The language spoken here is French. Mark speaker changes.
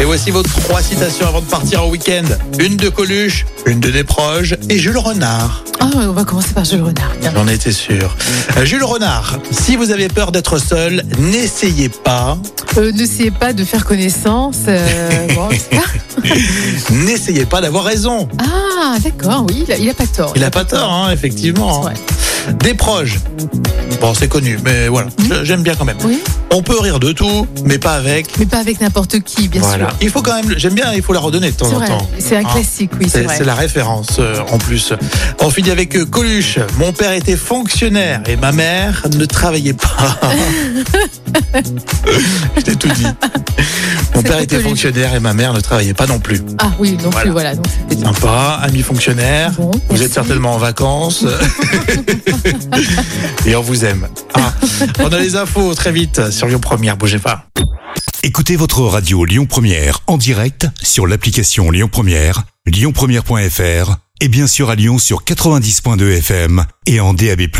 Speaker 1: Et voici vos trois citations avant de partir en week-end. Une de Coluche, une de Desproges et Jules Renard.
Speaker 2: Ah, on va commencer par Jules Renard. tiens.
Speaker 1: J'en étais sûr. Euh, Jules Renard, si vous avez peur d'être seul, n'essayez pas,
Speaker 2: Euh, N'essayez pas de faire connaissance. euh, bon, c'est pas-
Speaker 1: n'essayez pas d'avoir raison.
Speaker 2: ah, d'accord, oui, il a, il a pas tort.
Speaker 1: Il a pas tort, hein, effectivement. hein.
Speaker 2: Ouais.
Speaker 1: Desproges. Bon, c'est connu, mais voilà, je- j'aime bien quand même.
Speaker 2: Mm-hmm. Oui,
Speaker 1: On peut rire de tout, mais pas avec.
Speaker 2: mais pas avec n'importe qui, bien sûr.
Speaker 1: Il faut quand même, j'aime bien, il faut la redonner de temps
Speaker 2: C'est
Speaker 1: en
Speaker 2: vrai,
Speaker 1: temps.
Speaker 2: c'est un
Speaker 1: Hein.
Speaker 2: classique, oui, c'est
Speaker 1: C'est
Speaker 2: vrai.
Speaker 1: c'est la référence euh, en plus. On finit avec euh, Coluche. Mon père était fonctionnaire et ma mère ne travaillait pas. Je t'ai tout dit. Mon
Speaker 2: C'était
Speaker 1: père était
Speaker 2: Coluche.
Speaker 1: fonctionnaire et ma mère ne travaillait pas non plus.
Speaker 2: Ah oui, non
Speaker 1: Voilà.
Speaker 2: plus, voilà. donc c'était bien.
Speaker 1: Sympa, ami fonctionnaire.
Speaker 2: Bon,
Speaker 1: vous
Speaker 2: merci.
Speaker 1: êtes certainement en vacances. et on vous aime. Ah, on a les infos très vite sur Lyon Première. Bougez pas.
Speaker 3: Écoutez votre radio Lyon Première en direct sur l'application Lyon Première, lyonpremière.fr et bien sûr à Lyon sur 90.2 FM et en DAB+.